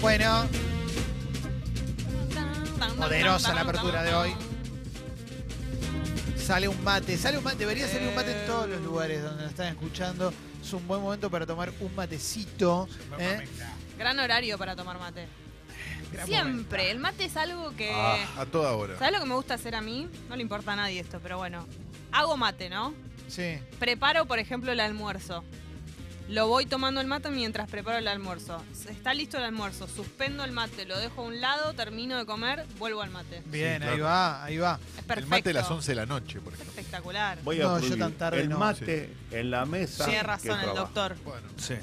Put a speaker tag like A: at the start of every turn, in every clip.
A: Bueno, poderosa la apertura de hoy. Sale un mate, sale un mate, debería salir un mate en todos los lugares donde nos están escuchando. Es un buen momento para tomar un matecito. ¿eh?
B: Gran horario para tomar mate.
A: Gran momento.
B: Siempre. El mate es algo que.
C: Ah, a toda hora.
B: ¿Sabes lo que me gusta hacer a mí? No le importa a nadie esto, pero bueno. Hago mate, ¿no?
A: Sí.
B: Preparo, por ejemplo, el almuerzo. Lo voy tomando el mate mientras preparo el almuerzo. Está listo el almuerzo. Suspendo el mate, lo dejo a un lado, termino de comer, vuelvo al mate.
A: Bien,
C: Sí,
A: ahí
C: claro.
A: va, ahí va.
B: Es perfecto.
C: El mate a las 11 de la noche, por
B: Es
C: ejemplo.
B: espectacular.
D: Voy a
A: No, yo
D: prohibir
A: tan tarde
D: el
A: no.
D: mate en la mesa.
B: Tiene
D: que
B: razón el
D: trabaja.
B: doctor.
C: Bueno,
E: Sí.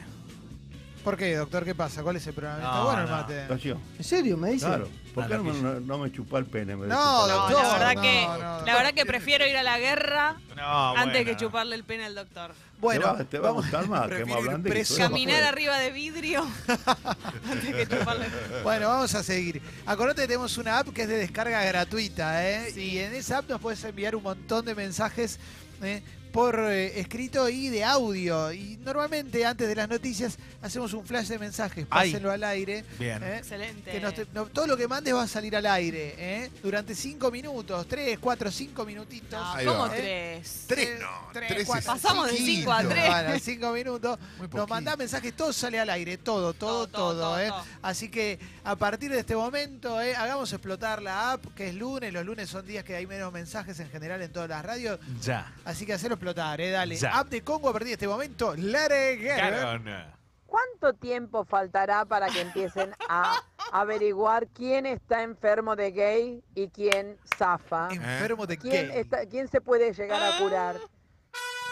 A: ¿Por qué, doctor? ¿Qué pasa? ¿Cuál es el problema? Está
E: No,
A: bueno el
E: no.
A: mate.
D: Rocío,
F: ¿En serio? ¿Me dice?
D: Claro. ¿Por qué no, me-
E: Maravilla.
D: no me chupá el pene?
A: No,
D: Me decís,
B: No,
A: doctor.
D: por
B: la
D: favor?
B: verdad
A: no,
B: que
A: no.
B: la verdad que prefiero ir a la guerra
E: No,
B: antes que
E: Ah, bueno.
B: chuparle el pene al doctor.
A: Bueno,
D: te va, te va a
A: vamos-
D: gustar más. Que
E: prefiero
D: más
E: ir
D: hablando que
E: preso.
D: todo.
B: Caminar arriba de vidrio antes que chuparle el pene.
A: Bueno, vamos a seguir. Acordate que tenemos una app que es de descarga gratuita, ¿eh?
B: Sí.
A: Y en esa app nos puedes enviar un montón de mensajes ¿eh? por eh, escrito y de audio. Y normalmente antes de las noticias hacemos un flash de mensajes,
E: Ay.
A: pásenlo al aire.
E: Bien.
A: ¿eh?
B: Excelente.
A: Que nos te- no- todo lo que mandes va a salir al aire, ¿eh? Durante cinco minutos, tres, cuatro, cinco minutitos. ¿Eh?
B: No,
C: Ahí
B: ¿cómo
C: va.
B: tres?
C: Tres, no, tres es
B: Pasamos de
C: poquito.
B: cinco a tres.
A: Bueno, cinco minutos.
C: Muy
A: Nos
C: poquito.
A: mandás mensajes, todo sale al aire, todo, todo, todo,
B: Todo, todo, todo,
A: ¿eh?
B: todo.
A: Así que a partir de este momento, ¿eh? hagamos explotar la app, que es lunes, los lunes son días que hay menos mensajes en general en todas las radios,
E: Ya.
A: así que hacerlo explotar, ¿eh? dale.
E: Ya.
A: App de Congo a partir de este momento, Larry
E: Carona.
G: ¿Cuánto tiempo faltará para que empiecen a averiguar quién está enfermo de gay y quién zafa?
A: Enfermo de
G: ¿Quién,
A: qué.
G: está- quién se puede llegar a curar?
H: Ah.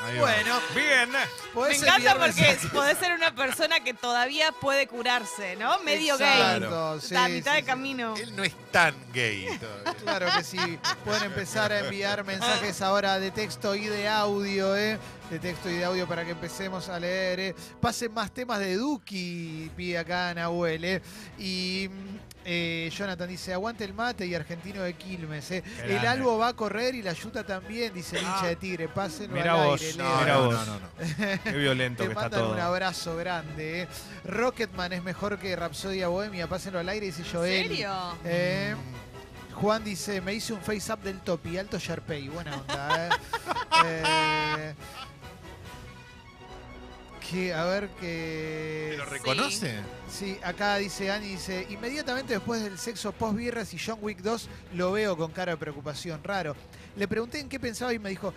C: ahí va.
A: Bueno,
E: Bien.
B: Me
A: podés
B: encanta
A: enviar
B: porque
A: mensajes.
B: podés ser una persona que todavía puede curarse, ¿no? Medio gay.
A: Exacto, sí,
B: Está a mitad
A: sí,
B: de
A: sí.
B: camino.
C: Él no es tan gay todavía.
A: Claro que sí. Pueden empezar a enviar mensajes ahora de texto y de audio, ¿eh? De texto y de audio para que empecemos a leer, ¿eh? Pasen más temas de Duki, pide acá Nahuel, ¿eh? Y mm, eh, Jonathan dice, aguante el mate y argentino de Quilmes, ¿eh?
E: Qué
A: El
E: grande. Ah.
A: albo va a correr y la yuta también, dice el hincha de Tigre. Pásenlo
E: Mirá
A: al
E: vos,
A: aire,
C: No,
A: Leo.
E: Mirá
C: no,
E: vos.
C: no, no, no.
E: Qué violento
A: Te
E: que está
A: mandan
E: todo.
A: un abrazo grande, ¿eh? Rocketman es mejor que Rapsodia Bohemia, pásenlo al aire, dice
B: ¿En
A: Joel.
B: serio?
A: Eh, Juan dice, me hice un face up del topi, alto Sharpay, buena onda. eh. Eh, que, a ver
C: ¿Te
A: que...
C: lo reconoce?
A: Sí, acá dice Ani, dice, inmediatamente después del sexo post-birras y John Wick 2 lo veo con cara de preocupación, raro. Le pregunté en qué pensaba y me dijo,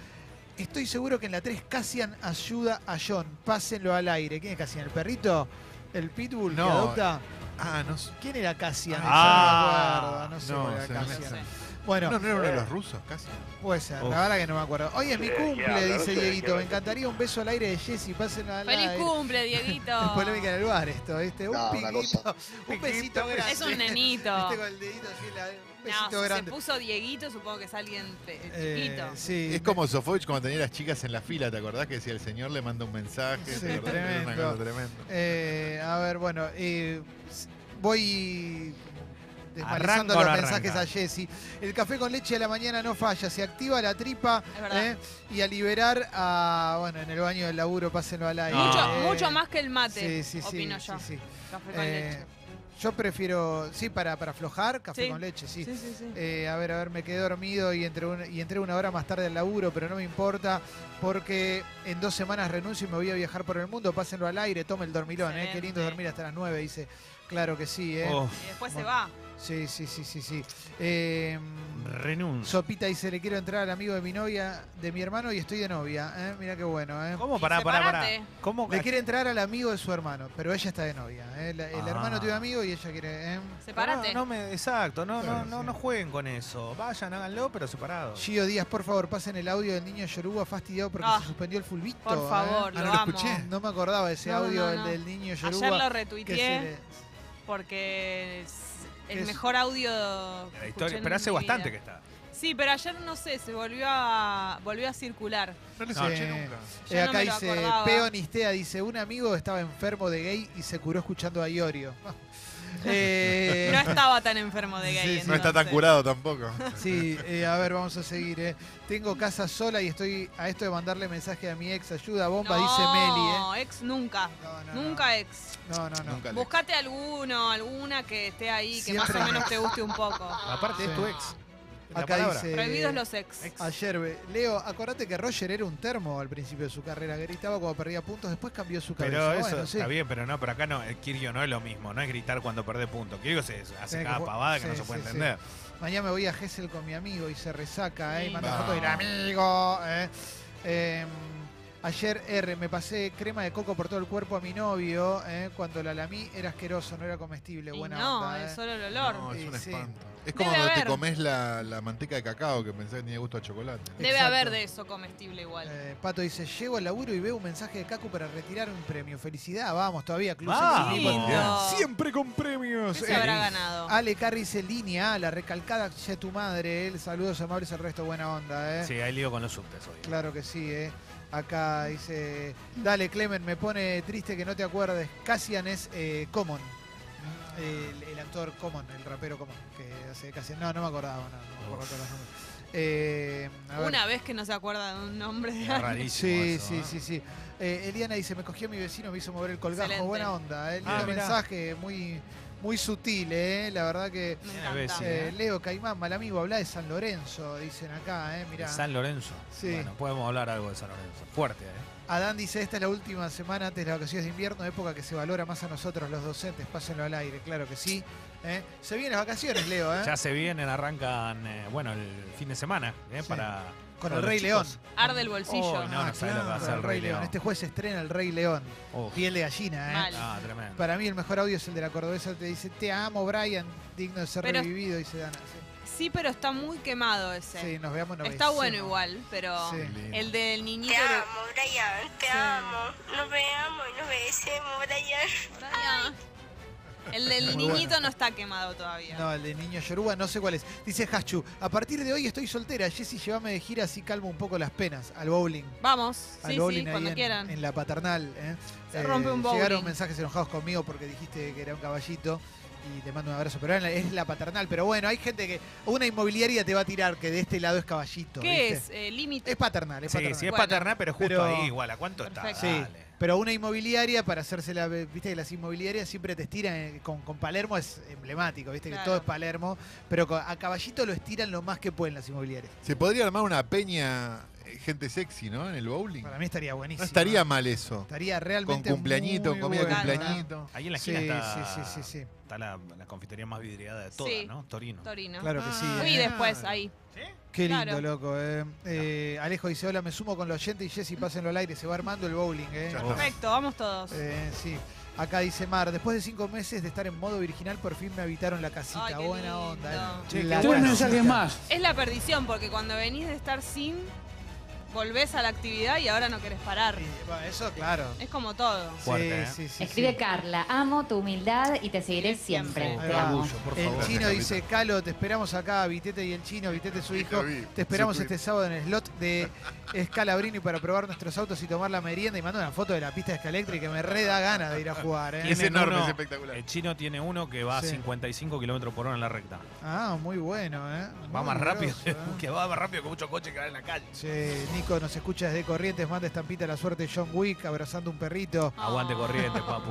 A: estoy seguro que en la 3 Cassian ayuda a John, pásenlo al aire. ¿Quién es Cassian? ¿El perrito? ¿El pitbull
C: No,
A: que adopta?
C: Ah, no sé.
A: ¿ Quién era Cassian?
E: Ah.
A: no, sé
C: No,
A: cuál era
C: o sea,
A: Cassian.
C: no sé.
A: Bueno,
C: No, no era uno de los rusos, casi.
A: puede ser,
E: Uf.
A: la verdad que no me acuerdo. Hoy es mi
D: Sí, ya,
A: cumple,
D: la
A: dice
D: noche de
A: Dieguito.
D: quiero
A: Me
D: ver.
A: encantaría un beso al aire de Jessy, pásenlo al
B: ¡Feliz
A: aire.
B: cumple, Dieguito!
A: Es polémica en el bar esto, ¿viste? Un
I: No, una
A: piquito,
I: cosa.
A: un besito grande.
B: Es un nenito.
A: ¿Viste con el dedito así en la- un
B: No,
A: besito
B: si se
A: grande.
B: puso Dieguito, supongo que es alguien pe-
A: Eh,
B: chiquito.
A: sí.
C: Es como Sofovich cuando tenía las chicas en la fila, ¿te acordás? Que si el señor le manda un mensaje.
A: Sí,
C: ¿te acordás? Era una
A: tremendo.
C: cosa tremenda.
A: Eh, a ver, bueno, eh, s- voy desmalizando
E: Arranca o
A: los
E: no
A: mensajes
E: arranca.
A: a Jessy. El café con leche de la mañana no falla, se activa la tripa
B: Es verdad.
A: eh, y a liberar a, bueno, en el baño del laburo, pásenlo al aire.
B: Mucho,
A: Eh,
B: mucho más que el mate,
A: sí, sí, sí,
B: opino
A: sí,
B: yo.
A: sí.
B: Café con
A: Eh,
B: leche.
A: Yo prefiero, sí, para, para aflojar, café
B: Sí.
A: con leche, sí.
B: Sí, sí, sí.
A: Eh, a ver, a ver, me quedé dormido y entré, un- y entré una hora más tarde al laburo, pero no me importa porque en dos semanas renuncio y me voy a viajar por el mundo. Pásenlo al aire, tome el dormilón, ¿eh? Qué lindo
B: Excelente.
A: dormir hasta las nueve, dice. Claro que sí, ¿eh?
E: Oh,
B: Y después se
A: bueno.
B: va.
A: Sí, sí, sí, sí, sí. Eh,
E: renuncio.
A: Sopita dice, le quiero entrar al amigo de mi novia, de mi hermano y estoy de novia, ¿eh? Mira qué bueno, ¿eh?
E: ¿Cómo?
B: Y
E: Pará, pará, pará.
B: separate.
E: ¿Cómo?
A: Le quiere entrar al amigo de su hermano, pero ella está de novia. ¿eh? La- el
E: Ah.
A: hermano tiene un amigo y ella quiere... ¿eh?
B: Separate.
E: No, no me, exacto, no,
A: Claro,
E: no, no,
A: sí.
E: no jueguen con eso. Vayan, háganlo, pero separados.
A: Gio Díaz, por favor, pasen el audio del niño Yoruba fastidiado porque
B: Ah,
A: se suspendió el fulbito.
B: Por
A: ¿eh?
B: favor,
C: Ah,
B: lo
C: no lo
B: amo.
C: escuché.
A: No me acordaba de ese
B: No, no,
A: audio,
B: no,
A: el
B: no.
A: del niño Yoruba.
B: Ayer lo
A: que se
B: retuiteé
A: le-
B: porque es el
A: Es-
B: mejor audio. que
E: La
B: escuché
E: historia,
B: en
E: pero hace
B: mi
E: bastante que
B: vida.
E: está.
B: Sí, pero ayer no sé, se volvió a, volvió a circular.
C: No le
A: No,
C: escuché
A: sí.
C: nunca.
B: Ya
A: Eh,
B: no
A: acá
B: me lo
A: dice,
B: acordaba.
A: Peonistea dice, un amigo estaba enfermo de gay y se curó escuchando a Iorio. Eh,
B: No estaba tan enfermo de gay.
C: No está tan
B: entonces.
C: curado tampoco.
A: Sí, eh, a ver, vamos a seguir. eh. Tengo casa sola y estoy a esto de mandarle mensaje a mi ex. Ayuda, bomba, dice Meli. eh.
B: No, ex nunca.
A: No, no,
B: nunca ex.
A: No, no, no.
C: Nunca le-
B: Buscate alguno, alguna que esté ahí, que
A: Siempre.
B: más o menos te guste un poco.
E: Aparte
A: Sí.
E: es tu ex. La
A: Ah. Acá
E: palabra.
A: dice.
B: Prohibidos los ex.
A: Eh, Ayer, eh, Leo, acordate que Roger era un termo al principio de su carrera. Gritaba cuando perdía puntos, después cambió su cabeza.
E: Pero
A: "Ah, Bueno,
E: eso
A: sí.
E: está bien, pero no, pero acá no, el Kirgio no es lo mismo, no es gritar cuando perdés punto. Kirgio se
A: que
E: hace cada
A: ju-
E: pavada que
A: sí,
E: no se puede
A: sí, sí.
E: entender.
A: Mañana me voy a Gessel con mi amigo y se resaca, ¿eh? Y
B: Sí.
A: manda
C: No.
A: fotos
E: Ah.
A: del amigo, ¿eh? Em, ayer, R, me pasé crema de coco por todo el cuerpo a mi novio, ¿eh? Cuando la lamí era asqueroso, no era comestible.
B: Y
A: Buena
B: no,
A: onda,
B: es
A: ¿eh?
B: solo el olor.
C: No, es
A: Sí,
C: un
A: sí.
C: espanto. Es como
B: Debe
C: cuando te
B: haber.
C: comes la, la manteca de cacao que pensás que tenía gusto a chocolate.
B: Debe
A: Exacto.
B: haber de eso comestible igual.
A: Eh, Pato dice, llego al laburo y veo un mensaje de Cacu para retirar un premio. Felicidad, vamos, todavía, Club
E: Vamos.
A: Celestino.
B: Lindo.
C: Siempre con premios.
B: ¿Qué se habrá
A: Eh,
B: ganado?
A: Ale Carri dice, línea A, la recalcada ya tu madre. El saludos amables al resto, buena onda, ¿eh?
E: Sí, hay lío con los subtes, obvio.
A: Claro que sí, ¿eh? Acá dice, dale Clemen, me pone triste que no te acuerdes. Cassian es eh, Common, Mm, el, el actor Common, el rapero Common, que hace Cassian. No, no me acordaba, no, no me acuerdo todos los nombres. Eh, a ver.
B: Una vez que no se acuerda de un nombre de
E: Es rarísimo.
A: Sí,
E: eso,
A: sí,
E: ¿eh?
A: sí, sí. Eh, Eliana dice, me cogió mi vecino, me hizo mover el colgajo.
B: Excelente.
A: Buena onda, ¿eh? Lindo
E: Ah, mirá.
A: mensaje, muy, muy sutil, ¿eh? La verdad que...
B: Me
E: Bien,
B: encanta.
E: Bessi,
A: eh,
E: ¿eh?
A: Leo Caimán, mal amigo, habla de San Lorenzo, dicen acá, ¿eh? Mirá.
E: San Lorenzo.
A: Sí.
E: Bueno, podemos hablar algo de San Lorenzo. Fuerte, ¿eh?
A: Adán dice, esta es la última semana antes de las vacaciones de invierno, época que se valora más a nosotros los docentes, pásenlo al aire, claro que sí. ¿eh? Se vienen las vacaciones, Leo, ¿eh?
E: Ya se vienen, arrancan, eh, bueno, el fin de semana, ¿eh?
A: Sí.
E: Para.
A: con
E: para
A: el
E: los
A: Rey León.
E: chicos.
B: Arde el bolsillo.
E: Oh, no, no sabe lo que va a hacer
A: el Ah, Rey León.
E: León.
A: Este juez se estrena el Rey León.
E: Oh,
A: Piel de gallina, ¿eh?
B: Mal.
E: ah, tremendo.
A: Para mí el mejor audio es el de la cordobesa, te dice, te amo, Brian, digno de ser
B: Pero-
A: revivido, dice Dana. Sí,
B: Sí, pero está muy quemado ese.
A: Sí, nos veamos nos
B: está
A: besemos.
B: bueno igual, pero
A: Sí.
B: el del niñito.
F: Te amo, Brian, te
B: Sí.
F: amo. Nos veamos y nos besemos, Brian.
B: Ay. El del
A: Muy
B: niñito
A: bueno.
B: no está quemado todavía.
A: No, el de Niño Yoruba, no sé cuál es. Dice Hachu, a partir de hoy estoy soltera, Jessy, llévame de gira así calmo un poco las penas, al bowling.
B: Vamos,
A: al
B: sí, sí,
A: bowling ahí
B: cuando
A: en-
B: quieran.
A: en, la paternal. ¿eh?
B: Se rompe un bowling.
A: Llegaron mensajes enojados conmigo porque dijiste que era un caballito y te mando un abrazo. Pero era- es la paternal. Pero bueno, hay gente que. Una inmobiliaria te va a tirar que de este lado es caballito.
B: ¿Qué
A: ¿viste?
B: es? Eh, Límite.
A: Es paternal, es
E: Sí,
A: paternal.
E: sí, es
B: Bueno.
E: paterna, pero justo
A: Pero-
E: ahí igual. ¿A cuánto está?
B: Perfecto.
A: Sí,
E: Dale.
A: pero una inmobiliaria para hacerse la. Viste que las inmobiliarias siempre te estiran. eh, Con, con Palermo es emblemático, viste que
B: Claro.
A: todo es Palermo. Pero con- a caballito lo estiran lo más que pueden las inmobiliarias.
C: Se podría armar una peña eh, gente sexy, ¿no? En el bowling.
A: Para mí estaría buenísimo. ¿eh?
C: No estaría mal eso.
A: Estaría
C: Con
A: realmente.
C: cumpleañito,
A: muy
C: comida de
A: bueno.
C: cumpleañito.
E: Ahí en la
A: Sí,
E: esquina está,
A: sí, sí, sí, sí.
E: está la, la confitería más vidriada de todas,
B: Sí.
E: ¿no? Torino.
B: Torino.
A: Claro que sí.
C: Ah.
A: ¿eh?
B: Fui después ahí.
A: Qué
B: Claro.
A: lindo, loco. eh. Eh, Alejo dice, hola, me sumo con los oyentes y Jessy, pásenlo al aire. Se va armando el bowling. eh.
C: Ya está.
B: Perfecto, vamos todos.
A: Eh, sí. Acá dice Mar, después de cinco meses de estar en modo virginal, por fin me habitaron la casita.
B: Ay, qué
A: Buena
B: lindo.
A: onda. eh.
E: Che,
A: La
E: qué bueno.
A: casita.
B: Es la perdición, porque cuando venís de estar sin, volvés a la actividad y ahora no querés parar.
A: Sí, bueno, eso, claro.
B: Es como todo.
E: Fuerte, ¿eh?
A: sí, sí, sí,
I: Escribe
A: sí.
I: Carla, amo tu humildad y te seguiré
B: Siempre.
E: Oh,
I: siempre.
A: Ahí
I: Te
A: va.
I: amo.
C: por
A: El
C: favor.
A: chino dice, Calo, te esperamos acá, Vitete y el chino, Vitete su hijo. Te esperamos este sábado en el slot de Scalabrini para probar nuestros autos y tomar la merienda. Y manda una foto de la pista de escaléctrica que me re da ganas de ir a jugar. eh.
E: Y
C: Es
E: Tienen
C: enorme,
E: uno-
C: es espectacular.
E: El chino tiene uno que va
A: Sí.
E: a 55 kilómetros por hora en la recta.
A: Ah, muy bueno, ¿eh?
E: Va
A: Muy
E: más rápido,
A: grosso, ¿eh?
E: que va más rápido que muchos coches que van en la calle.
A: Che, Nico nos escucha desde Corrientes, manda estampita a la suerte John Wick abrazando un perrito.
E: Aguante corriente, papu.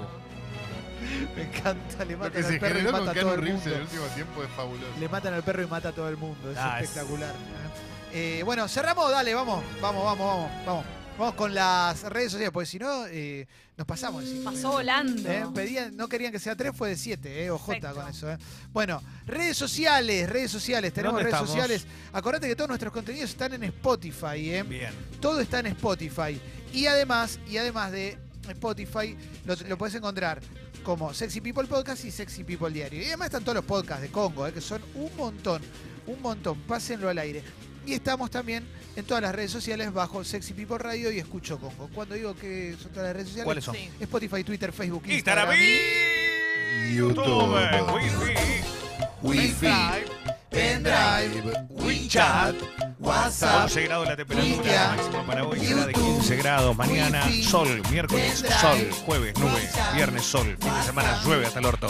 A: Me encanta, le
C: Lo
A: matan
C: que se
A: al perro y
C: generó
A: mata
C: con
A: a todo
C: Keanu
A: el
C: Reeves
A: mundo.
C: ¿eh? en el último tiempo es fabuloso.
A: Le matan al perro y mata a todo el mundo, es
E: Ah, es-
A: espectacular. ¿eh? Eh, bueno, cerramos, dale, vamos, vamos, vamos, vamos, vamos. Vamos con las redes sociales, porque si no, eh, nos pasamos. de cinco
B: Mm, Pasó
A: minutos.
B: volando.
A: Eh, pedían- no querían que sea 3, fue de 7, eh, o J
B: Perfecto.
A: con eso. eh. Bueno, redes sociales, redes sociales, tenemos
E: ¿Dónde
A: redes
E: estamos?
A: sociales. Acordate que todos nuestros contenidos están en Spotify, ¿eh?
E: Bien.
A: Todo está en Spotify. Y además, y además de Spotify, lo, lo puedes encontrar como Sexy People Podcast y Sexy People Diario. Y además están todos los podcasts de Congo, eh, que son un montón, un montón. Pásenlo al aire. Y estamos también en todas las redes sociales bajo Sexy People Radio y Escucho Congo. Cuando digo que son todas las redes sociales,
E: ¿Cuáles son?
B: Sí.
A: Spotify, Twitter, Facebook,
E: Instagram,
A: Instagram y-
E: y-
C: YouTube.
E: Wi-Fi,
C: Wi-Fi,
A: Pendrive,
C: WeChat,
A: WhatsApp,
E: 11 grados la temperatura,
A: Media,
E: la máxima para hoy será de
A: YouTube,
E: 15 grados. Mañana
A: Wi-Fi,
E: sol, miércoles
A: pendrive,
E: sol, jueves nube,
A: WhatsApp,
E: viernes sol, fin de semana
A: WhatsApp,
E: llueve hasta el orto.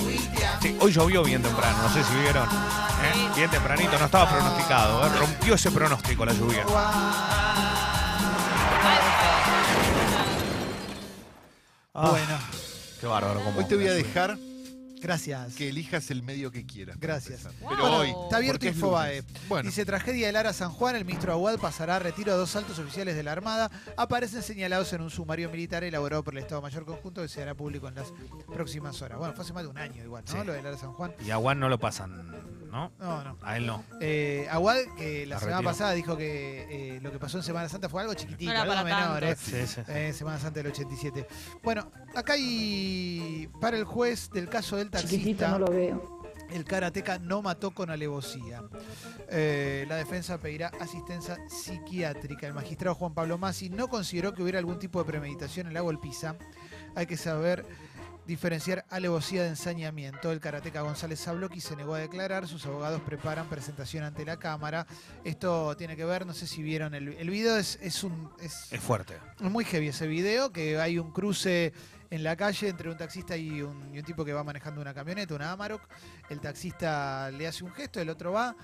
E: Sí, hoy llovió bien temprano, no sé si vieron. ¿eh? Bien tempranito, no estaba pronosticado. ¿eh? Rompió ese pronóstico la lluvia. Ah,
A: Bueno,
E: Qué bárbaro. cómo
C: Hoy te voy a
E: me
C: dejar
A: gracias.
C: que elijas el medio que quieras. para
A: Gracias.
C: empezar.
B: Wow.
C: Pero hoy.
A: Está abierto
C: porque es
A: Infobae.
C: lunes. Bueno,
A: Dice tragedia del Ara San Juan, el ministro Aguad pasará a retiro a dos altos oficiales de la Armada. Aparecen señalados en un sumario militar elaborado por el Estado Mayor Conjunto que se hará público en las próximas horas. Bueno, fue hace más de un año igual, ¿no?
E: Sí.
A: Lo del Ara San Juan.
E: Y a Juan no lo pasan, ¿no?
A: No, no.
E: A él no.
A: Eh, Aguad, que la
E: La
A: semana
E: retiro.
A: pasada dijo que eh, lo que pasó en Semana Santa fue algo chiquitito,
B: No era
A: algo
B: para
A: menor,
B: tanto.
A: ¿eh?
E: Sí, sí, sí.
A: Eh, Semana Santa del 87. Bueno, acá hay para el juez del caso del
J: Chiquitito
A: taxista.
J: no lo veo.
A: El karateca no mató con alevosía. Eh, la defensa pedirá asistencia psiquiátrica. El magistrado Juan Pablo Masi no consideró que hubiera algún tipo de premeditación en la golpiza. Hay que saber diferenciar alevosía de ensañamiento. El karateca González Sabloqui se negó a declarar. Sus abogados preparan presentación ante la Cámara. Esto tiene que ver, no sé si vieron el, el video, es, es un... es-
E: Es fuerte.
A: es muy heavy ese video, que hay un cruce en la calle entre un taxista y un, y un tipo que va manejando una camioneta, una Amarok. El taxista le hace un gesto, el otro va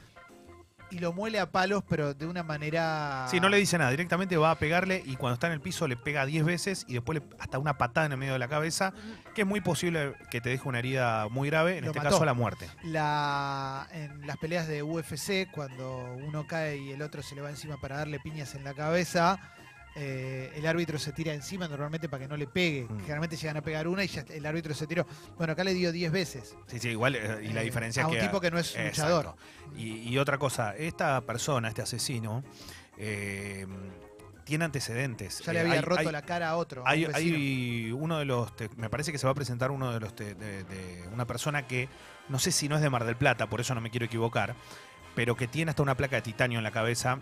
A: y lo muele a palos, pero de una manera...
E: Sí, no le dice nada. Directamente va a pegarle y cuando está en el piso le pega 10 veces y después le, hasta una patada en el medio de la cabeza, que es muy posible que te deje una herida muy grave, en
A: Lo
E: este
A: mató.
E: caso a la muerte.
A: La, en las peleas de UFC, cuando uno cae y el otro se le va encima para darle piñas en la cabeza, eh, el árbitro se tira encima normalmente para que no le pegue.
E: Mm.
A: Generalmente llegan a pegar una y ya el árbitro se tiró. Bueno, acá le dio 10 veces.
E: Sí, sí, igual. eh, Y la
A: eh,
E: diferencia
A: a
E: es
A: un
E: que.
A: tipo que no es
E: Exacto.
A: luchador.
E: Y, y otra cosa, esta persona, este asesino, eh, tiene antecedentes.
A: Ya le
E: Eh,
A: había
E: hay-
A: roto
E: hay-
A: la cara a otro. a un
E: Hay,
A: vecino.
E: hay uno de los. te- me parece que se va a presentar uno de los. te- de, de una persona que. No sé si no es de Mar del Plata, por eso no me quiero equivocar. Pero que tiene hasta una placa de titanio en la cabeza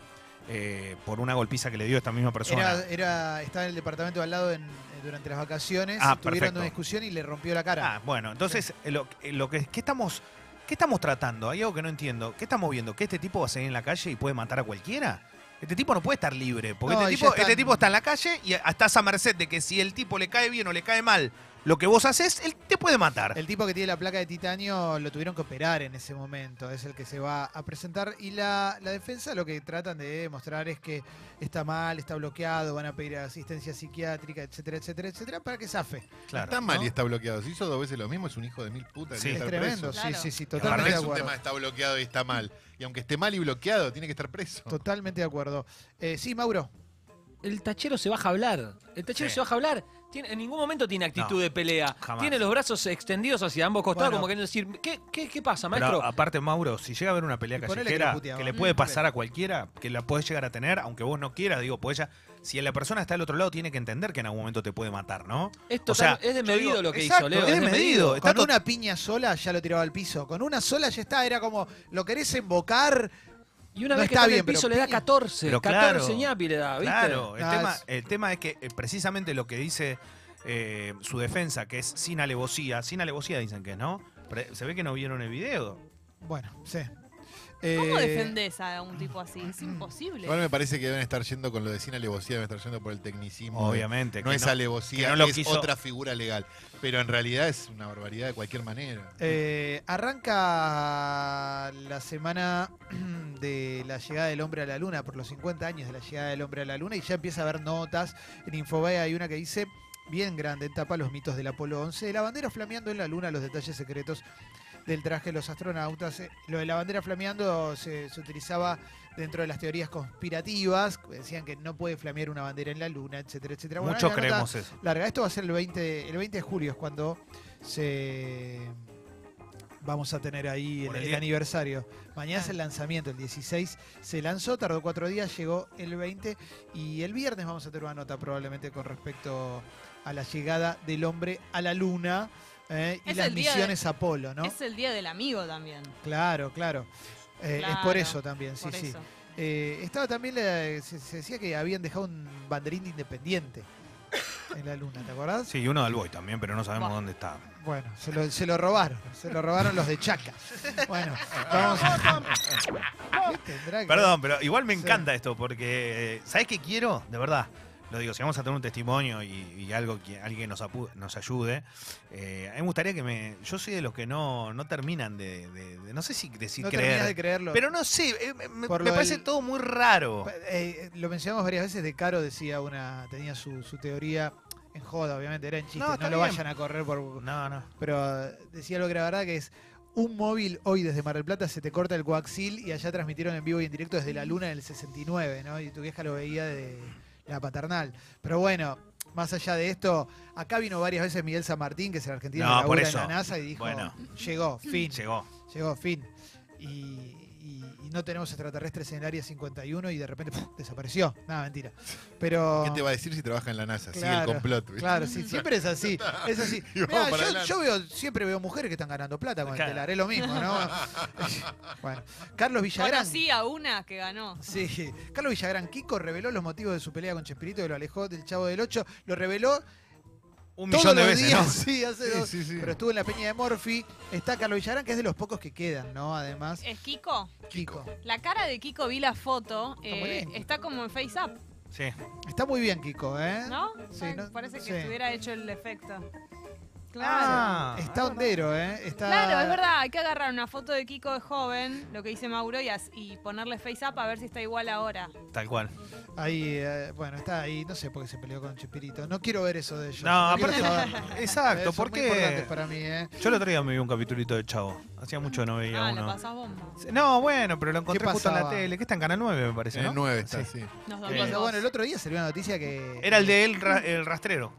E: eh, por una golpiza que le dio esta misma persona.
A: Era, era- estaba en el departamento de al lado en- eh, durante las vacaciones.
E: Ah,
A: tuvieron
E: perfecto.
A: una discusión y le rompió la cara.
E: Ah, bueno, entonces, eh, lo, eh, lo que, ¿qué estamos. ¿Qué estamos tratando? Hay algo que no entiendo. ¿Qué estamos viendo? ¿Que este tipo va a salir en la calle y puede matar a cualquiera? Este tipo no puede estar libre. Porque
A: No,
E: este,
A: y ya
E: tipo,
A: están-
E: este tipo está en la calle y estás a merced de que si el tipo le cae bien o le cae mal lo que vos haces, él te puede matar.
A: El tipo que tiene la placa de titanio lo tuvieron que operar en ese momento. Es el que se va a presentar. Y la, la defensa lo que tratan de demostrar es que está mal, está bloqueado, van a pedir asistencia psiquiátrica, etcétera, etcétera, etcétera, para que zafe.
E: Claro.
C: Está mal
A: ¿no?
C: y está bloqueado. Si hizo dos veces lo mismo, es un hijo de mil putas.
E: Sí.
C: tiene
A: es
C: que estar
A: tremendo.
C: preso.
A: Sí,
B: Claro.
A: sí, sí.
C: Y aparte
A: Totalmente de
C: es un tema
A: acuerdo.
C: está bloqueado y está mal. Y aunque esté mal y bloqueado, tiene que estar preso.
A: Totalmente de acuerdo. Eh, sí, Mauro.
H: El tachero se baja a hablar. El tachero
E: Sí.
H: se baja a hablar. Tiene- en ningún momento tiene actitud
E: No,
H: de pelea.
E: jamás.
H: Tiene los brazos extendidos hacia ambos costados,
A: Bueno.
H: como queriendo decir, ¿qué, qué, qué pasa,
E: Pero
H: maestro?
E: aparte, Mauro, si llega a haber una pelea
A: Y ponele que
E: callejera
A: lo
E: que,
A: puteaba.
E: le puede
A: Mm.
E: pasar a cualquiera, que la puedes llegar a tener, aunque vos no quieras, digo, pues ella, si la persona está al otro lado, tiene que entender que en algún momento te puede matar, ¿no?
H: es,
E: o sea,
H: total-
E: yo
H: es desmedido
E: digo,
H: lo que
E: exacto,
H: hizo, Leo.
E: es desmedido. Está
A: Con
E: to-
A: una piña sola ya lo tiraba al piso. Con una sola ya está. Era como, lo querés embocar.
H: Y una
A: No
H: vez que
A: está
H: está en el
A: bien, pero
H: piso le da
A: piña.
H: 14.
E: Pero
H: 14
E: claro,
H: ñapi le da, ¿viste?
E: Claro, el,
A: Ah,
E: tema,
A: es-
E: el tema es que eh, precisamente lo que dice eh, su defensa, que es sin alevosía, sin alevosía dicen que es, ¿no? Pero se ve que no vieron el video.
A: Bueno, sí.
B: ¿Cómo
A: Eh, mm,
B: defendés a un tipo así? Es imposible.
C: Igual me parece que deben estar yendo con lo de sin alevosía, deben estar yendo por el tecnicismo. de-
E: Obviamente.
C: No
E: que
C: es
E: que
C: alevosía,
E: no lo
C: es
E: quiso-
C: otra figura legal. Pero en realidad es una barbaridad de cualquier manera.
A: eh, arranca la semana de la llegada del hombre a la luna, por los 50 años de la llegada del hombre a la luna, y ya empieza a haber notas. En Infobae hay una que dice, bien grande, en tapa los mitos del Apolo 11, de la bandera flameando en la luna, los detalles secretos del traje de los astronautas. Eh, Lo de la bandera flameando se, se utilizaba dentro de las teorías conspirativas, decían que no puede flamear una bandera en la luna, etcétera, etcétera. Bueno,
E: Muchos
A: hay una nota-
E: creemos eso.
A: larga. Esto va a ser el 20, de- el 20 de julio, es cuando se vamos a tener ahí el,
E: Por el
A: el
E: día. Ah.
A: aniversario. Mañana es el lanzamiento, el 16 se lanzó, tardó cuatro días, llegó el 20 y el viernes vamos a tener una nota probablemente con respecto a la llegada del hombre a la luna eh, y
B: Es
A: las
B: el día de-
A: misiones Apolo, ¿no?
B: Es el día del amigo también.
A: Claro, claro. Eh, Es por
B: Claro,
A: eso también, sí,
B: por
A: sí.
B: eso.
A: Eh, estaba también, la- se, se decía que habían dejado un banderín de independiente. en la luna, ¿te acordás?
E: Sí, y uno del Boy también, pero no sabemos
B: Bueno.
E: dónde está.
A: Bueno, se lo, se lo robaron, se lo robaron los de Chaca. Bueno, vamos a... ¿Qué tendrá que-
E: Perdón, pero igual me
A: Sí.
E: encanta esto porque, eh, ¿sabés qué quiero? De verdad. Lo digo, si vamos a tener un testimonio y, y algo que alguien nos, apu- nos ayude, eh, a mí me gustaría que me. Yo soy de los que no, no terminan de, de- de- No sé si decir
A: No terminás de
E: creer.
A: creerlo.
E: Pero no sé, eh, me, me-
A: Por
E: me
A: lo
E: parece
A: del-
E: todo muy raro.
A: Eh, eh, lo mencionamos varias veces, De Caro decía una, tenía su, su teoría en joda, obviamente, era en chiste,
E: No,
A: no,
E: está
A: lo
E: bien.
A: vayan a correr por...
E: No, no.
A: Pero eh, decía algo que era verdad, que es un móvil hoy desde Mar del Plata se te corta el coaxil y allá transmitieron en vivo y en directo desde la luna del 69, ¿no? Y tu vieja lo veía de la paternal. Pero bueno, más allá de esto, acá vino varias veces Miguel San Martín, que es el argentino
E: No,
A: que labura
E: por
A: en la
E: eso.
A: NASA, y dijo,
E: Bueno.
A: llegó, fin.
E: Llegó.
A: Llegó, fin. Y, y- y no tenemos extraterrestres en el área 51 y de repente ¡puf! desapareció. Nada, mentira. Pero.
C: ¿Qué te va a decir si trabaja en la NASA? Sigue el
A: Claro,
C: complot. ¿viste?
A: Claro, sí, siempre es así. Es así.
C: Y vamos
A: Mirá,
C: para
A: yo,
C: adelante.
A: yo veo, siempre veo mujeres que están ganando plata con
E: Claro.
A: el telar, es lo mismo, ¿no? bueno, Carlos Villagrán.
B: Conocí a una que ganó.
A: Sí, Carlos Villagrán Kiko reveló los motivos de su pelea con Chespirito que lo alejó del Chavo del 8. Lo reveló
E: Un
A: todos
E: millón de
A: los
E: veces.
A: días,
E: ¿no?
A: sí, hace
C: Sí,
A: dos.
C: sí, sí.
A: Pero estuvo en la peña de Morphy. Está Carlos Villagrán, que es de los pocos que quedan, ¿no? Además,
C: Eh,
B: ¿Es Kiko?
A: Kiko.
B: La cara de Kiko, vi la foto,
A: Está muy
B: eh,
A: bien.
B: está como en Face Up,
E: Sí.
A: Está muy bien, Kiko, ¿eh?
B: ¿no?
A: Sí,
B: Ay,
A: no-
B: Parece que
A: sí.
B: estuviera hecho el efecto. Claro.
E: Ah,
A: Está hondero, ¿eh? Está...
B: Claro, es verdad, hay que agarrar una foto de Kiko de joven, lo que dice Mauro, y, as- y ponerle face up a ver si está igual ahora.
E: tal cual.
A: Ahí, eh, bueno, está ahí. No sé por qué se peleó con Chespirito. No quiero ver eso de ellos.
E: No,
A: quiero
E: aparte-
A: saberlo.
E: Exacto,
A: Eh, son
E: ¿por
A: muy
E: qué?
A: importantes para mí, ¿eh?
E: Yo el otro día me vi un capitulito de Chavo. Hacía mucho que no veía
B: Ah, lo
E: uno.
B: pasás bomba.
E: No, bueno, pero lo encontré justo en la
A: pasaba?
E: tele, que está en Canal 9, me parece.
C: En
E: ¿no?
C: el 9 está, sí.
E: Sí.
B: Nos
E: Eh,
A: Bueno,
B: dormimos.
A: Bueno, el otro día salió una noticia que...
E: Era el de El, Ra- el Rastrero.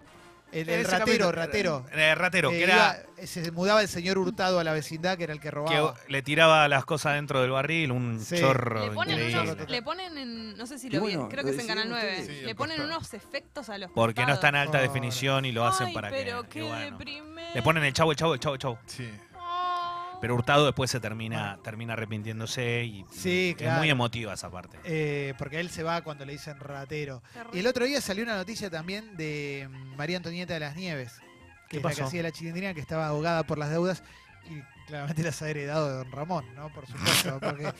A: El, el
E: Ese
A: ratero,
E: capítulo-
A: ratero.
E: Eh, ratero,
A: Eh,
E: que era.
A: iba- se mudaba el señor Hurtado a la vecindad, que era el que
E: Que
A: robaba.
E: le tiraba las cosas dentro del barril, un
A: Sí.
E: chorro.
B: Le ponen,
E: increíble.
B: unos, le ponen en, no sé si lo
D: Y bueno,
B: vi, creo
D: lo
B: que es en Canal
D: decidieron
B: 9,
C: ustedes. Sí,
B: le
C: al
B: ponen
C: costado.
B: unos efectos a los
E: Porque no está en alta
A: Por-
E: definición y lo hacen para
B: pero
E: que.
B: qué
E: y bueno.
B: deprimente. Oh,
E: Le ponen el chavo, el chavo, el chavo, el chavo.
C: Sí.
E: Pero Hurtado después se termina, termina arrepintiéndose y
A: Sí,
E: y es
A: claro.
E: muy emotiva esa parte.
A: Eh, porque él se va cuando le dicen ratero. Y el otro día salió una noticia también de mm, María Antonieta de las Nieves,
E: ¿Qué
A: que es la que
E: pasó?
A: hacía la chilindrina, que estaba ahogada por las deudas y claramente las ha heredado de Don Ramón, ¿no? Por supuesto, porque...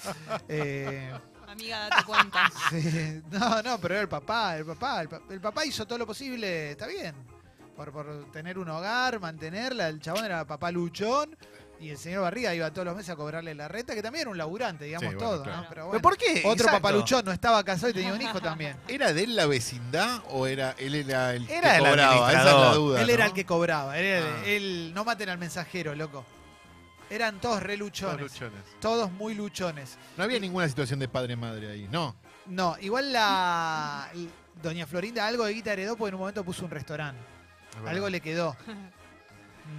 A: eh,
B: Amiga, date cuenta.
A: sí, no, no, pero era el papá, el papá, el, pa- el papá hizo todo lo posible, está bien, por, por tener un hogar, mantenerla, el chabón era papá luchón. Y el señor Barriga iba todos los meses a cobrarle la renta, que también era un laburante, digamos
C: Sí, bueno,
A: todo,
C: claro.
A: ¿no? Pero bueno.
E: ¿Pero por qué?
A: Otro
E: Exacto.
A: papaluchón no estaba casado y tenía un hijo también.
C: ¿Era de él la vecindad o era él era el
E: Era
C: que
E: el
C: cobraba? Esa es la
E: administrador.
C: duda.
A: Él era
C: ¿no?
A: el que cobraba. Él, era-
C: Ah.
A: él- no maten al mensajero, loco. Eran todos re
C: Todos
A: luchones. Todos,
C: luchones.
A: muy luchones.
C: No había ninguna situación de padre-madre ahí, no.
A: No, igual la. l- Doña Florinda algo de guita heredó porque en un momento puso un restaurante. Algo le quedó.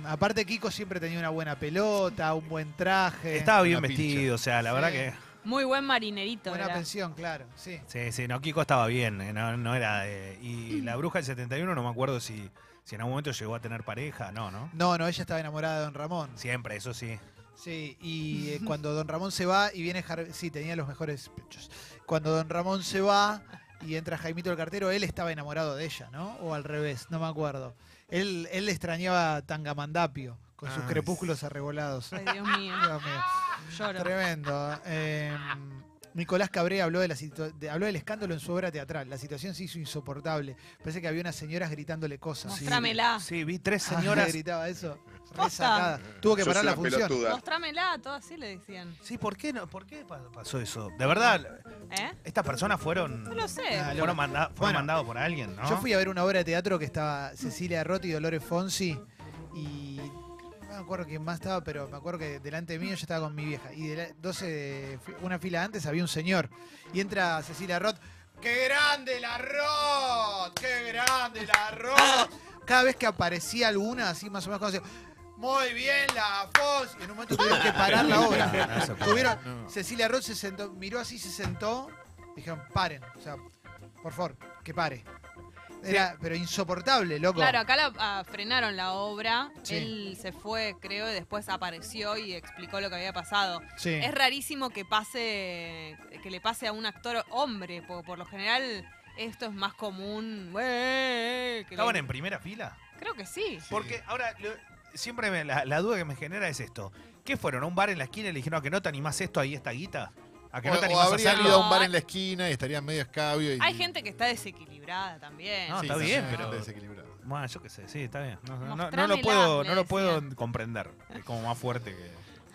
A: Mm, Aparte, Kiko siempre tenía una buena pelota, un buen traje.
E: Estaba bien
C: Una pincha.
E: vestido, o sea, la
A: Sí.
E: verdad que.
B: Muy buen marinerito.
A: buena
B: era.
A: pensión, claro. Sí.
E: Sí, sí, no, Kiko estaba bien, eh, no, no era. de- y la bruja del 71, no me acuerdo si, si en algún momento llegó a tener pareja, no, ¿no?
A: No, no, ella estaba enamorada de Don Ramón.
E: Siempre, eso sí.
A: Sí, y eh, cuando Don Ramón se va y viene Jar- sí, tenía los mejores pechos. Cuando Don Ramón se va y entra Jaimito el cartero, él estaba enamorado de ella, ¿no? O al revés, no me acuerdo. Él, él extrañaba a Tangamandapio con sus
C: Ay,
A: crepúsculos arrebolados.
B: Ay, Dios mío.
A: Dios mío,
B: Lloro.
A: Tremendo. Eh, Nicolás Cabré habló, de la situa- de- habló del escándalo en su obra teatral. La situación se hizo insoportable. Parece que había unas señoras gritándole cosas.
B: Mostrámela.
E: Sí, vi tres
A: Ah,
E: señoras.
A: gritaba eso.
B: Posta.
A: Resacada. Tuvo que parar la función.
B: Mostrámela, todo así le decían.
E: Sí, ¿por qué, no, ¿por qué pa- pasó eso? De verdad,
B: ¿Eh?
E: estas personas fueron.
B: No lo sé.
A: Ah,
E: Fueron, manda- fueron
A: Bueno,
E: mandados por alguien, ¿no?
A: Yo fui a ver una obra de teatro que estaba Cecilia Rotti y Dolores Fonsi y no me acuerdo quién más estaba, pero me acuerdo que delante mío yo estaba con mi vieja y de la- 12 de fi- una fila antes había un señor y entra Cecilia Roth, ¡qué grande la Roth! ¡Qué grande la Roth! Cada vez que aparecía alguna así más o menos conocida, muy bien la Fonsi. En un momento tuvieron que parar la obra.
E: No se puede.
A: Tuvieron,
C: No.
A: Cecilia Roth se sentó, miró así, se sentó. Dijeron, paren. O sea, por favor, que pare. Era, pero insoportable, loco.
B: Claro, acá la, ah, frenaron la obra.
A: Sí.
B: Él se fue, creo, y después apareció y explicó lo que había pasado.
A: Sí.
B: Es rarísimo que pase, que le pase a un actor hombre, porque por lo general esto es más común. Güey, que
E: ¿Estaban
B: le-
E: en primera fila?
B: Creo que sí.
E: Porque ahora, lo- siempre me- la, la duda que me genera es esto. ¿Qué fueron? ¿A un bar en la esquina y le dijeron, "No, que no te animás esto, ahí esta guita? ¿A que
C: O,
E: no te
C: o
E: animás a
C: habrían
E: hacerlo?
C: ido a un bar en la esquina y estarían medio escabio. Y,
B: Hay gente que está desequilibrada también.
E: No,
C: Sí,
E: está
C: sí,
E: bien,
C: sí,
E: pero-
C: gente desequilibrada.
E: Bueno, yo qué sé, sí, está bien. No, no- no- no
B: Mostrámela,
E: lo puedo,
B: le
E: no lo
B: decía.
E: puedo comprender. Es como más fuerte que.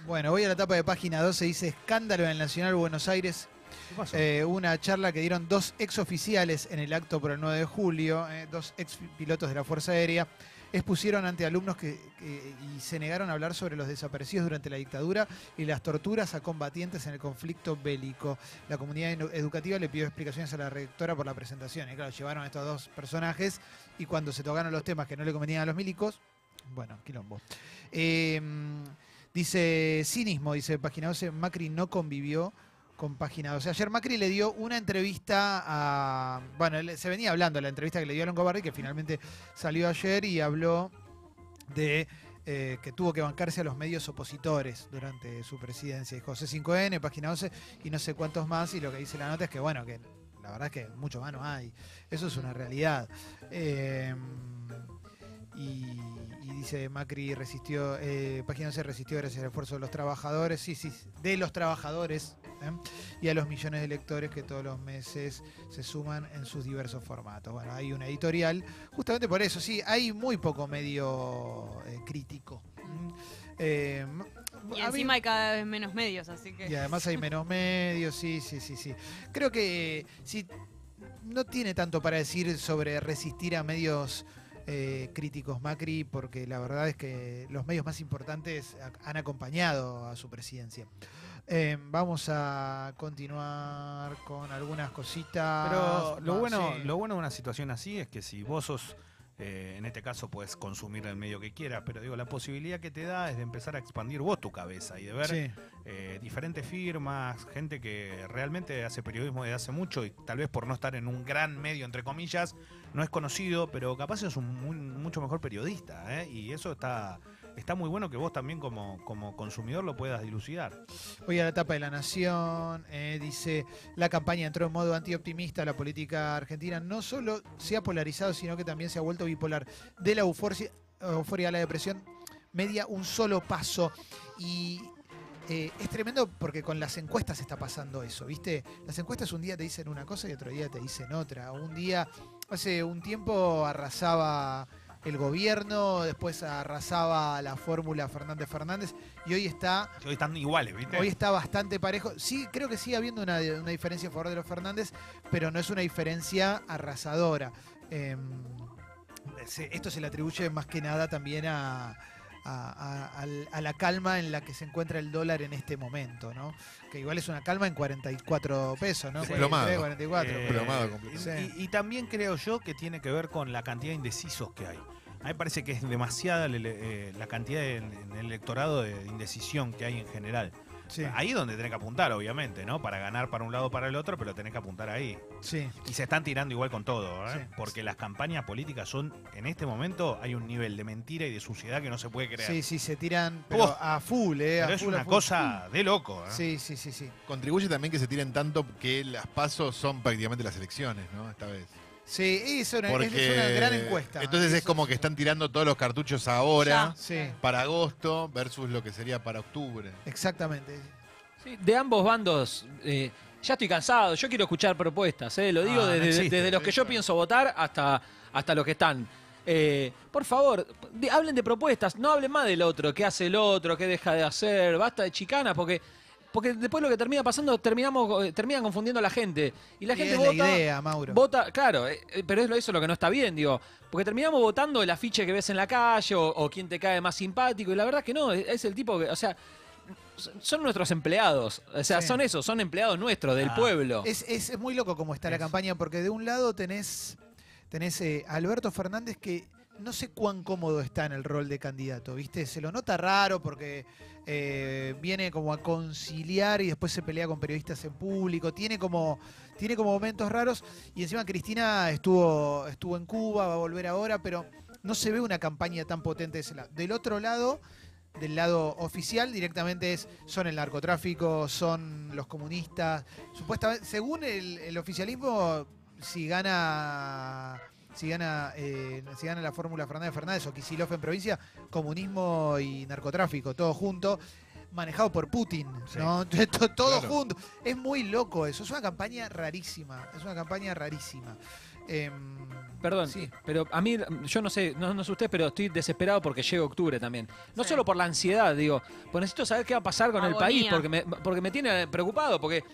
A: Bueno, voy a la tapa de página 12, dice escándalo en el Nacional Buenos Aires.
E: ¿Qué pasó?
A: Eh, una charla que dieron dos exoficiales en el acto por el 9 de julio, eh, dos ex pilotos de la Fuerza Aérea, expusieron ante alumnos que, que- y se negaron a hablar sobre los desaparecidos durante la dictadura y las torturas a combatientes en el conflicto bélico. La comunidad edu- educativa le pidió explicaciones a la rectora por la presentación. Y claro, llevaron a estos dos personajes y cuando se tocaron los temas que no le convenían a los milicos, bueno, quilombo. Eh, dice, cinismo, dice Página 12, Macri no convivió con Página 12. Ayer Macri le dio una entrevista a... Bueno, él- se venía hablando de la entrevista que le dio a Longobardi, que finalmente salió ayer y habló de... eh, que tuvo que bancarse a los medios opositores durante su presidencia. Dijo C5N, página 11 y no sé cuántos más. Y lo que dice la nota es que, bueno, que la verdad es que mucho más no hay. Eso es una realidad. Eh, y, y dice Macri resistió, eh, página 11 resistió gracias al esfuerzo de los trabajadores, sí, sí, de los trabajadores ¿eh? y a los millones de lectores que todos los meses se suman en sus diversos formatos. Bueno, hay una editorial, justamente por eso, sí, hay muy poco medio eh, crítico. ¿Mm? Eh,
B: Y
A: a mí-
B: encima hay cada vez menos medios, así que.
A: y además hay menos medios, sí, sí, sí, sí. Creo que eh, sí, no tiene tanto para decir sobre resistir a medios eh, críticos Macri, porque la verdad es que los medios más importantes ha- han acompañado a su presidencia. Eh, vamos a continuar con algunas cositas.
E: Pero lo
A: más,
E: bueno,
A: Ah, sí.
E: lo bueno de una situación así es que si vos sos, eh, en este caso, puedes consumir el medio que quieras, pero digo, la posibilidad que te da es de empezar a expandir vos tu cabeza y de ver
A: Sí.
E: eh, diferentes firmas, gente que realmente hace periodismo desde hace mucho y tal vez por no estar en un gran medio, entre comillas, no es conocido, pero capaz es un muy- mucho mejor periodista, ¿eh? y eso está... Está muy bueno que vos también como, como consumidor lo puedas dilucidar.
A: Hoy a la etapa de la Nación eh, dice la campaña entró en modo antioptimista, la política argentina no solo se ha polarizado, sino que también se ha vuelto bipolar. De la euforia, euforia a la depresión, media un solo paso. Y eh, es tremendo porque con las encuestas está pasando eso, ¿viste? Las encuestas un día te dicen una cosa y otro día te dicen otra. Un día, hace un tiempo arrasaba el gobierno, después arrasaba la fórmula Fernández Fernández y hoy está...
E: Que Hoy están iguales, ¿viste?
A: Hoy está bastante parejo. Sí, creo que sigue habiendo una, una diferencia a favor de los Fernández, pero no es una diferencia arrasadora. Eh, se- esto se le atribuye más que nada también a, a- a- al- a la calma en la que se encuentra el dólar en este momento, ¿no? Que igual es una calma en 44 pesos, ¿no?
C: Desplomado.
A: 43, 44.
E: Eh,
C: Desplomado completamente.
E: y- Y, y también creo yo que tiene que ver con la cantidad de indecisos que hay. A mí me parece que es demasiada la, eh, la cantidad de- en el electorado de indecisión que hay en general.
A: Sí,
E: Ahí es donde tenés que apuntar, obviamente, ¿no? Para ganar para un lado o para el otro, pero tenés que apuntar ahí.
A: sí.
E: Y se están tirando igual con todo, ¿eh?
A: Sí.
E: Porque las campañas políticas son, en este momento, hay un nivel de mentira y de suciedad que no se puede creer.
A: Sí, sí, se tiran pero
E: Uf.
A: a full, ¿eh? A
E: pero es
A: full, a
E: una
A: full.
E: cosa de loco, ¿eh?
A: Sí, sí, sí, sí.
C: Contribuye también que se tiren tanto que las pasos son prácticamente las elecciones, ¿no? Esta vez.
A: Sí, es una, es
C: Porque
A: una gran encuesta.
C: Entonces es
A: Eso-
C: como que están tirando todos los cartuchos ahora
A: Sí,
C: para agosto versus lo que sería para octubre.
A: exactamente.
H: Sí, de ambos bandos. eh, ya estoy cansado, yo quiero escuchar propuestas, eh, lo digo
E: Ah, no
H: desde,
E: existe,
H: desde los que yo
C: claro.
H: pienso votar hasta, hasta los que están. Eh, por favor, de- hablen de propuestas, no hablen más del otro, qué hace el otro, qué deja de hacer, basta de chicanas, porque, porque después lo que termina pasando, terminamos, eh, terminan confundiendo a la gente. Y la
A: Y
H: gente
A: es
H: vota.
A: la idea, Mauro.
H: Vota, claro, eh, eh, pero es lo- eso es lo que no está bien, digo. Porque terminamos votando el afiche que ves en la calle o, o quién te cae más simpático. Y la verdad que no, es, es el tipo que, o sea, son- son nuestros empleados. O sea,
A: Sí.
H: son esos, son empleados nuestros, del
E: Ah.
H: pueblo.
A: Es, es- es muy loco como está la
E: Es.
A: campaña, porque de un lado tenés, tenés eh, a Alberto Fernández que no sé cuán cómodo está en el rol de candidato, ¿viste? Se lo nota raro porque eh, viene como a conciliar y después se pelea con periodistas en público, tiene como, tiene como momentos raros y encima Cristina estuvo, estuvo en Cuba, va a volver ahora, pero no se ve una campaña tan potente de ese lado. Del otro lado, del lado oficial, directamente es, son el narcotráfico, son los comunistas. Supuestamente, según el, el oficialismo, si gana. Si gana, eh, si gana la fórmula Fernández Fernández o Kisilov en provincia, comunismo y narcotráfico, todo junto, manejado por Putin,
E: Sí.
A: ¿no? Entonces, to- todo
C: Claro.
A: junto. Es muy loco eso, es una campaña rarísima, es una campaña rarísima. Em,
H: Perdón,
A: sí.
H: pero a mí, yo no sé, no, no sé usted, pero estoy desesperado porque llega octubre también. No
B: Sí.
H: solo por la ansiedad, digo, pues necesito saber qué va a pasar con el
B: Agonía.
H: país, porque me, porque me tiene preocupado, porque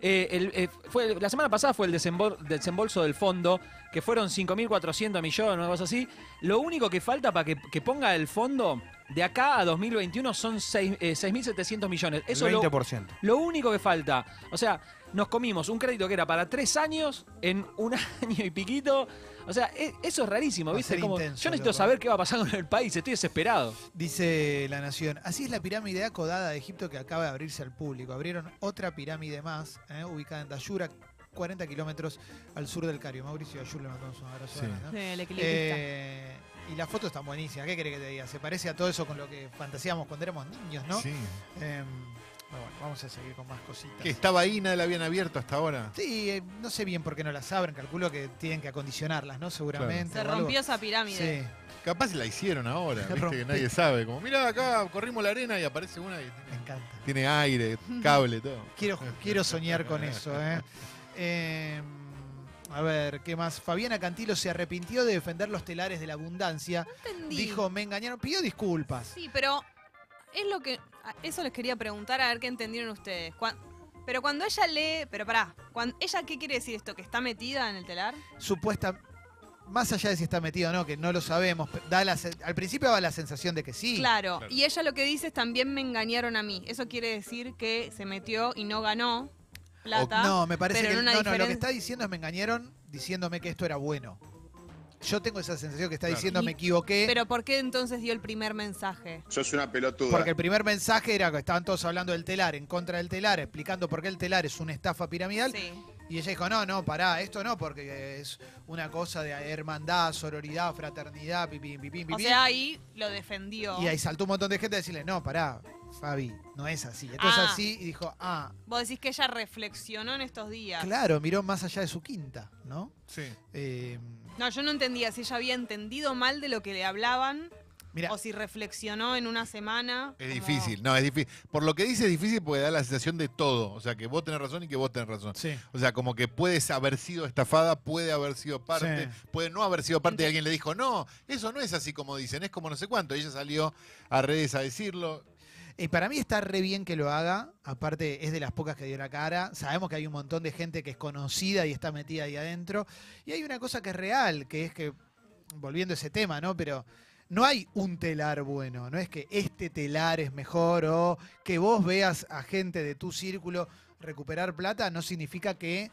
H: eh, el- eh, fue, la semana pasada fue el desembol- desembolso del fondo, que fueron 5.400 millones, una cosa así. Lo único que falta para que, que ponga el fondo de acá a 2021 son seis- eh, 6.700 millones. Eso es
E: el
H: lo,
E: 20%.
H: lo único que falta. O sea, nos comimos un crédito que era para tres años en un año y piquito. O sea, e- eso es rarísimo,
A: Va a
H: ¿viste?
A: ser
H: Como,
A: intenso,
H: yo necesito
A: loco.
H: saber qué va a pasar con el país, estoy desesperado.
A: Dice La Nación, así es la pirámide acodada de Egipto que acaba de abrirse al público. Abrieron otra pirámide más, ¿eh? ubicada en Dayura, 40 kilómetros al sur del Cario. Mauricio Dayur le mandamos un abrazo.
C: Sí.
A: grande, ¿no?
B: el equilibrista.
A: Eh, y las fotos están buenísimas, ¿qué querés que te diga? Se parece a todo eso con lo que fantaseamos cuando éramos niños, ¿no?
C: Sí.
A: Em, bueno, bueno, vamos a seguir con más cositas.
C: Que estaba ahí, nadie la habían abierto hasta ahora.
A: Sí, eh, no sé bien por qué no las abren, calculo que tienen que acondicionarlas, ¿no? Seguramente.
B: Se
A: o algo.
B: rompió esa pirámide.
A: Sí.
C: Capaz la hicieron ahora, viste
A: Rompí.
C: que nadie sabe. Como, mirá, acá corrimos la arena y aparece una que
A: Me
C: tiene,
A: encanta.
C: tiene aire, cable, todo.
A: Quiero, quiero soñar con eso. ¿eh? Eh, a ver, ¿qué más? Fabiana Cantilo se arrepintió de defender los telares de la abundancia.
B: Entendí.
A: Dijo, me engañaron. Pidió disculpas.
B: Sí, pero es lo que. a- Eso les quería preguntar a ver qué entendieron ustedes. Cuan- pero cuando ella lee. Pero pará, cuando, ¿ella qué quiere decir esto? ¿Que está metida en el telar?
A: Supuesta. Más allá de si está metido o no, que no lo sabemos, pe- da la sen- al principio daba la sensación de que sí.
B: claro.
C: claro.
B: Y ella lo que dice es también me engañaron a mí. Eso quiere decir que se metió y no ganó plata.
A: No, me parece
B: pero
A: que
B: en una
A: no, no, lo que
B: diferen-
A: está diciendo es me engañaron diciéndome que esto era bueno. Yo tengo esa sensación que está
C: Claro.
A: diciendo
B: Y-
A: me equivoqué.
B: Pero ¿por qué entonces dio el primer mensaje?
J: Sos una pelotuda.
A: Porque el primer mensaje era que estaban todos hablando del telar, en contra del telar, explicando por qué el telar es una estafa piramidal.
B: Sí.
A: Y ella dijo, no, no, pará, esto no, porque es una cosa de hermandad, sororidad, fraternidad, pipín, pipín,
B: O
A: pipín.
B: sea, ahí lo defendió.
A: y ahí saltó un montón de gente a decirle, no, pará, Fabi, no es así. Entonces
B: Ah.
A: así, y dijo, ah,
B: Vos decís que ella reflexionó en estos días.
A: claro, miró más allá de su quinta, ¿no?
C: Sí.
A: Eh,
B: No, yo no entendía si ella había entendido mal de lo que le hablaban
A: mira,
B: o si reflexionó en una semana.
C: Es
B: como-
C: difícil, no, es difícil. Por lo que dice es difícil porque da la sensación de todo. O sea, que vos tenés razón y que vos tenés razón.
A: sí.
C: O sea, como que puedes haber sido estafada, puede haber sido parte,
A: Sí.
C: puede no haber sido parte y alguien le dijo, no, eso no es así como dicen, es como no sé cuánto. Y ella salió a redes a decirlo.
A: Y Eh, para mí está re bien que lo haga. Aparte, es de las pocas que dio la cara. Sabemos que hay un montón de gente que es conocida y está metida ahí adentro. Y hay una cosa que es real, que es que, volviendo a ese tema, ¿no? Pero no hay un telar bueno. No es que este telar es mejor o que vos veas a gente de tu círculo recuperar plata, no significa que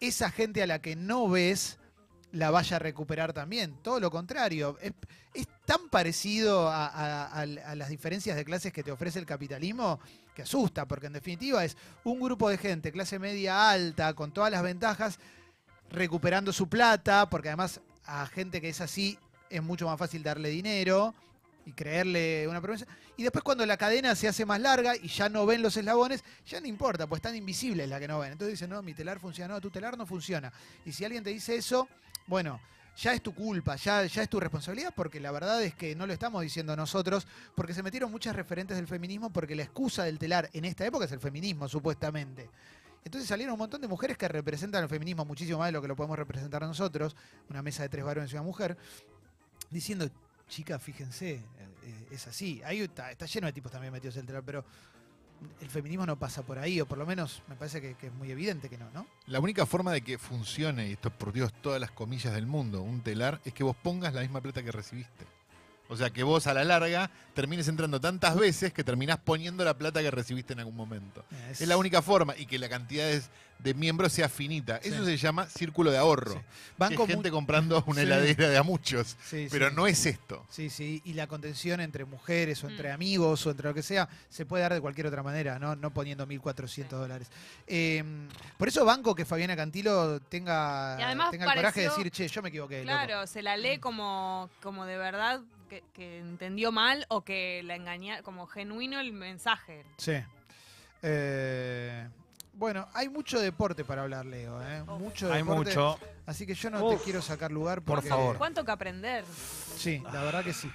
A: esa gente a la que no ves la vaya a recuperar también. Todo lo contrario. Es, es tan parecido a, a- a- a las diferencias de clases que te ofrece el capitalismo que asusta, porque en definitiva es un grupo de gente, clase media alta, con todas las ventajas, recuperando su plata, porque además a gente que es así es mucho más fácil darle dinero y creerle una promesa. Y después cuando la cadena se hace más larga y ya no ven los eslabones, ya no importa, pues tan invisible es la que no ven. Entonces dicen, no, mi telar funciona, no, tu telar no funciona. Y si alguien te dice eso, bueno, ya es tu culpa, ya, ya es tu responsabilidad, porque la verdad es que no lo estamos diciendo nosotros, porque se metieron muchas referentes del feminismo, porque la excusa del telar en esta época es el feminismo, supuestamente. Entonces salieron un montón de mujeres que representan el feminismo muchísimo más de lo que lo podemos representar nosotros, una mesa de tres varones y una mujer, diciendo, chicas, fíjense, eh, eh, es así. Ahí está, está lleno de tipos también metidos en el telar, pero el feminismo no pasa por ahí, o por lo menos me parece que, que es muy evidente que no, ¿no?
C: La única forma de que funcione, y esto por Dios, todas las comillas del mundo, un telar, es que vos pongas la misma plata que recibiste. O sea, que vos a la larga termines entrando tantas veces que terminás poniendo la plata que recibiste en algún momento. Es la única forma y que la cantidad de, de miembros sea finita. Eso
A: Sí.
C: se llama círculo de ahorro.
A: Sí.
C: Que
A: Banco
C: es gente
A: mu-
C: comprando una
A: Sí.
C: heladera de a muchos.
A: Sí,
C: Pero
A: sí.
C: no es esto.
A: Sí, sí, y la contención entre mujeres o entre
B: Mm.
A: amigos o entre lo que sea se puede dar de cualquier otra manera, no, no poniendo 1.400 dólares. Eh, por eso banco que Fabiana Cantilo tenga,
B: Y además
A: tenga el coraje de
B: pareció-
A: decir, che, yo me equivoqué. loco".
B: Claro, se la lee como, como de verdad que, que entendió mal o que la engañaron, como genuino el mensaje.
A: Sí. Eh, Bueno, hay mucho deporte para hablar, Leo. ¿eh? Mucho
E: Hay
A: deporte.
E: mucho.
A: Así que yo no te quiero sacar lugar
E: por
A: porque-
E: favor.
B: ¿Cuánto que aprender?
A: Sí, la verdad que sí.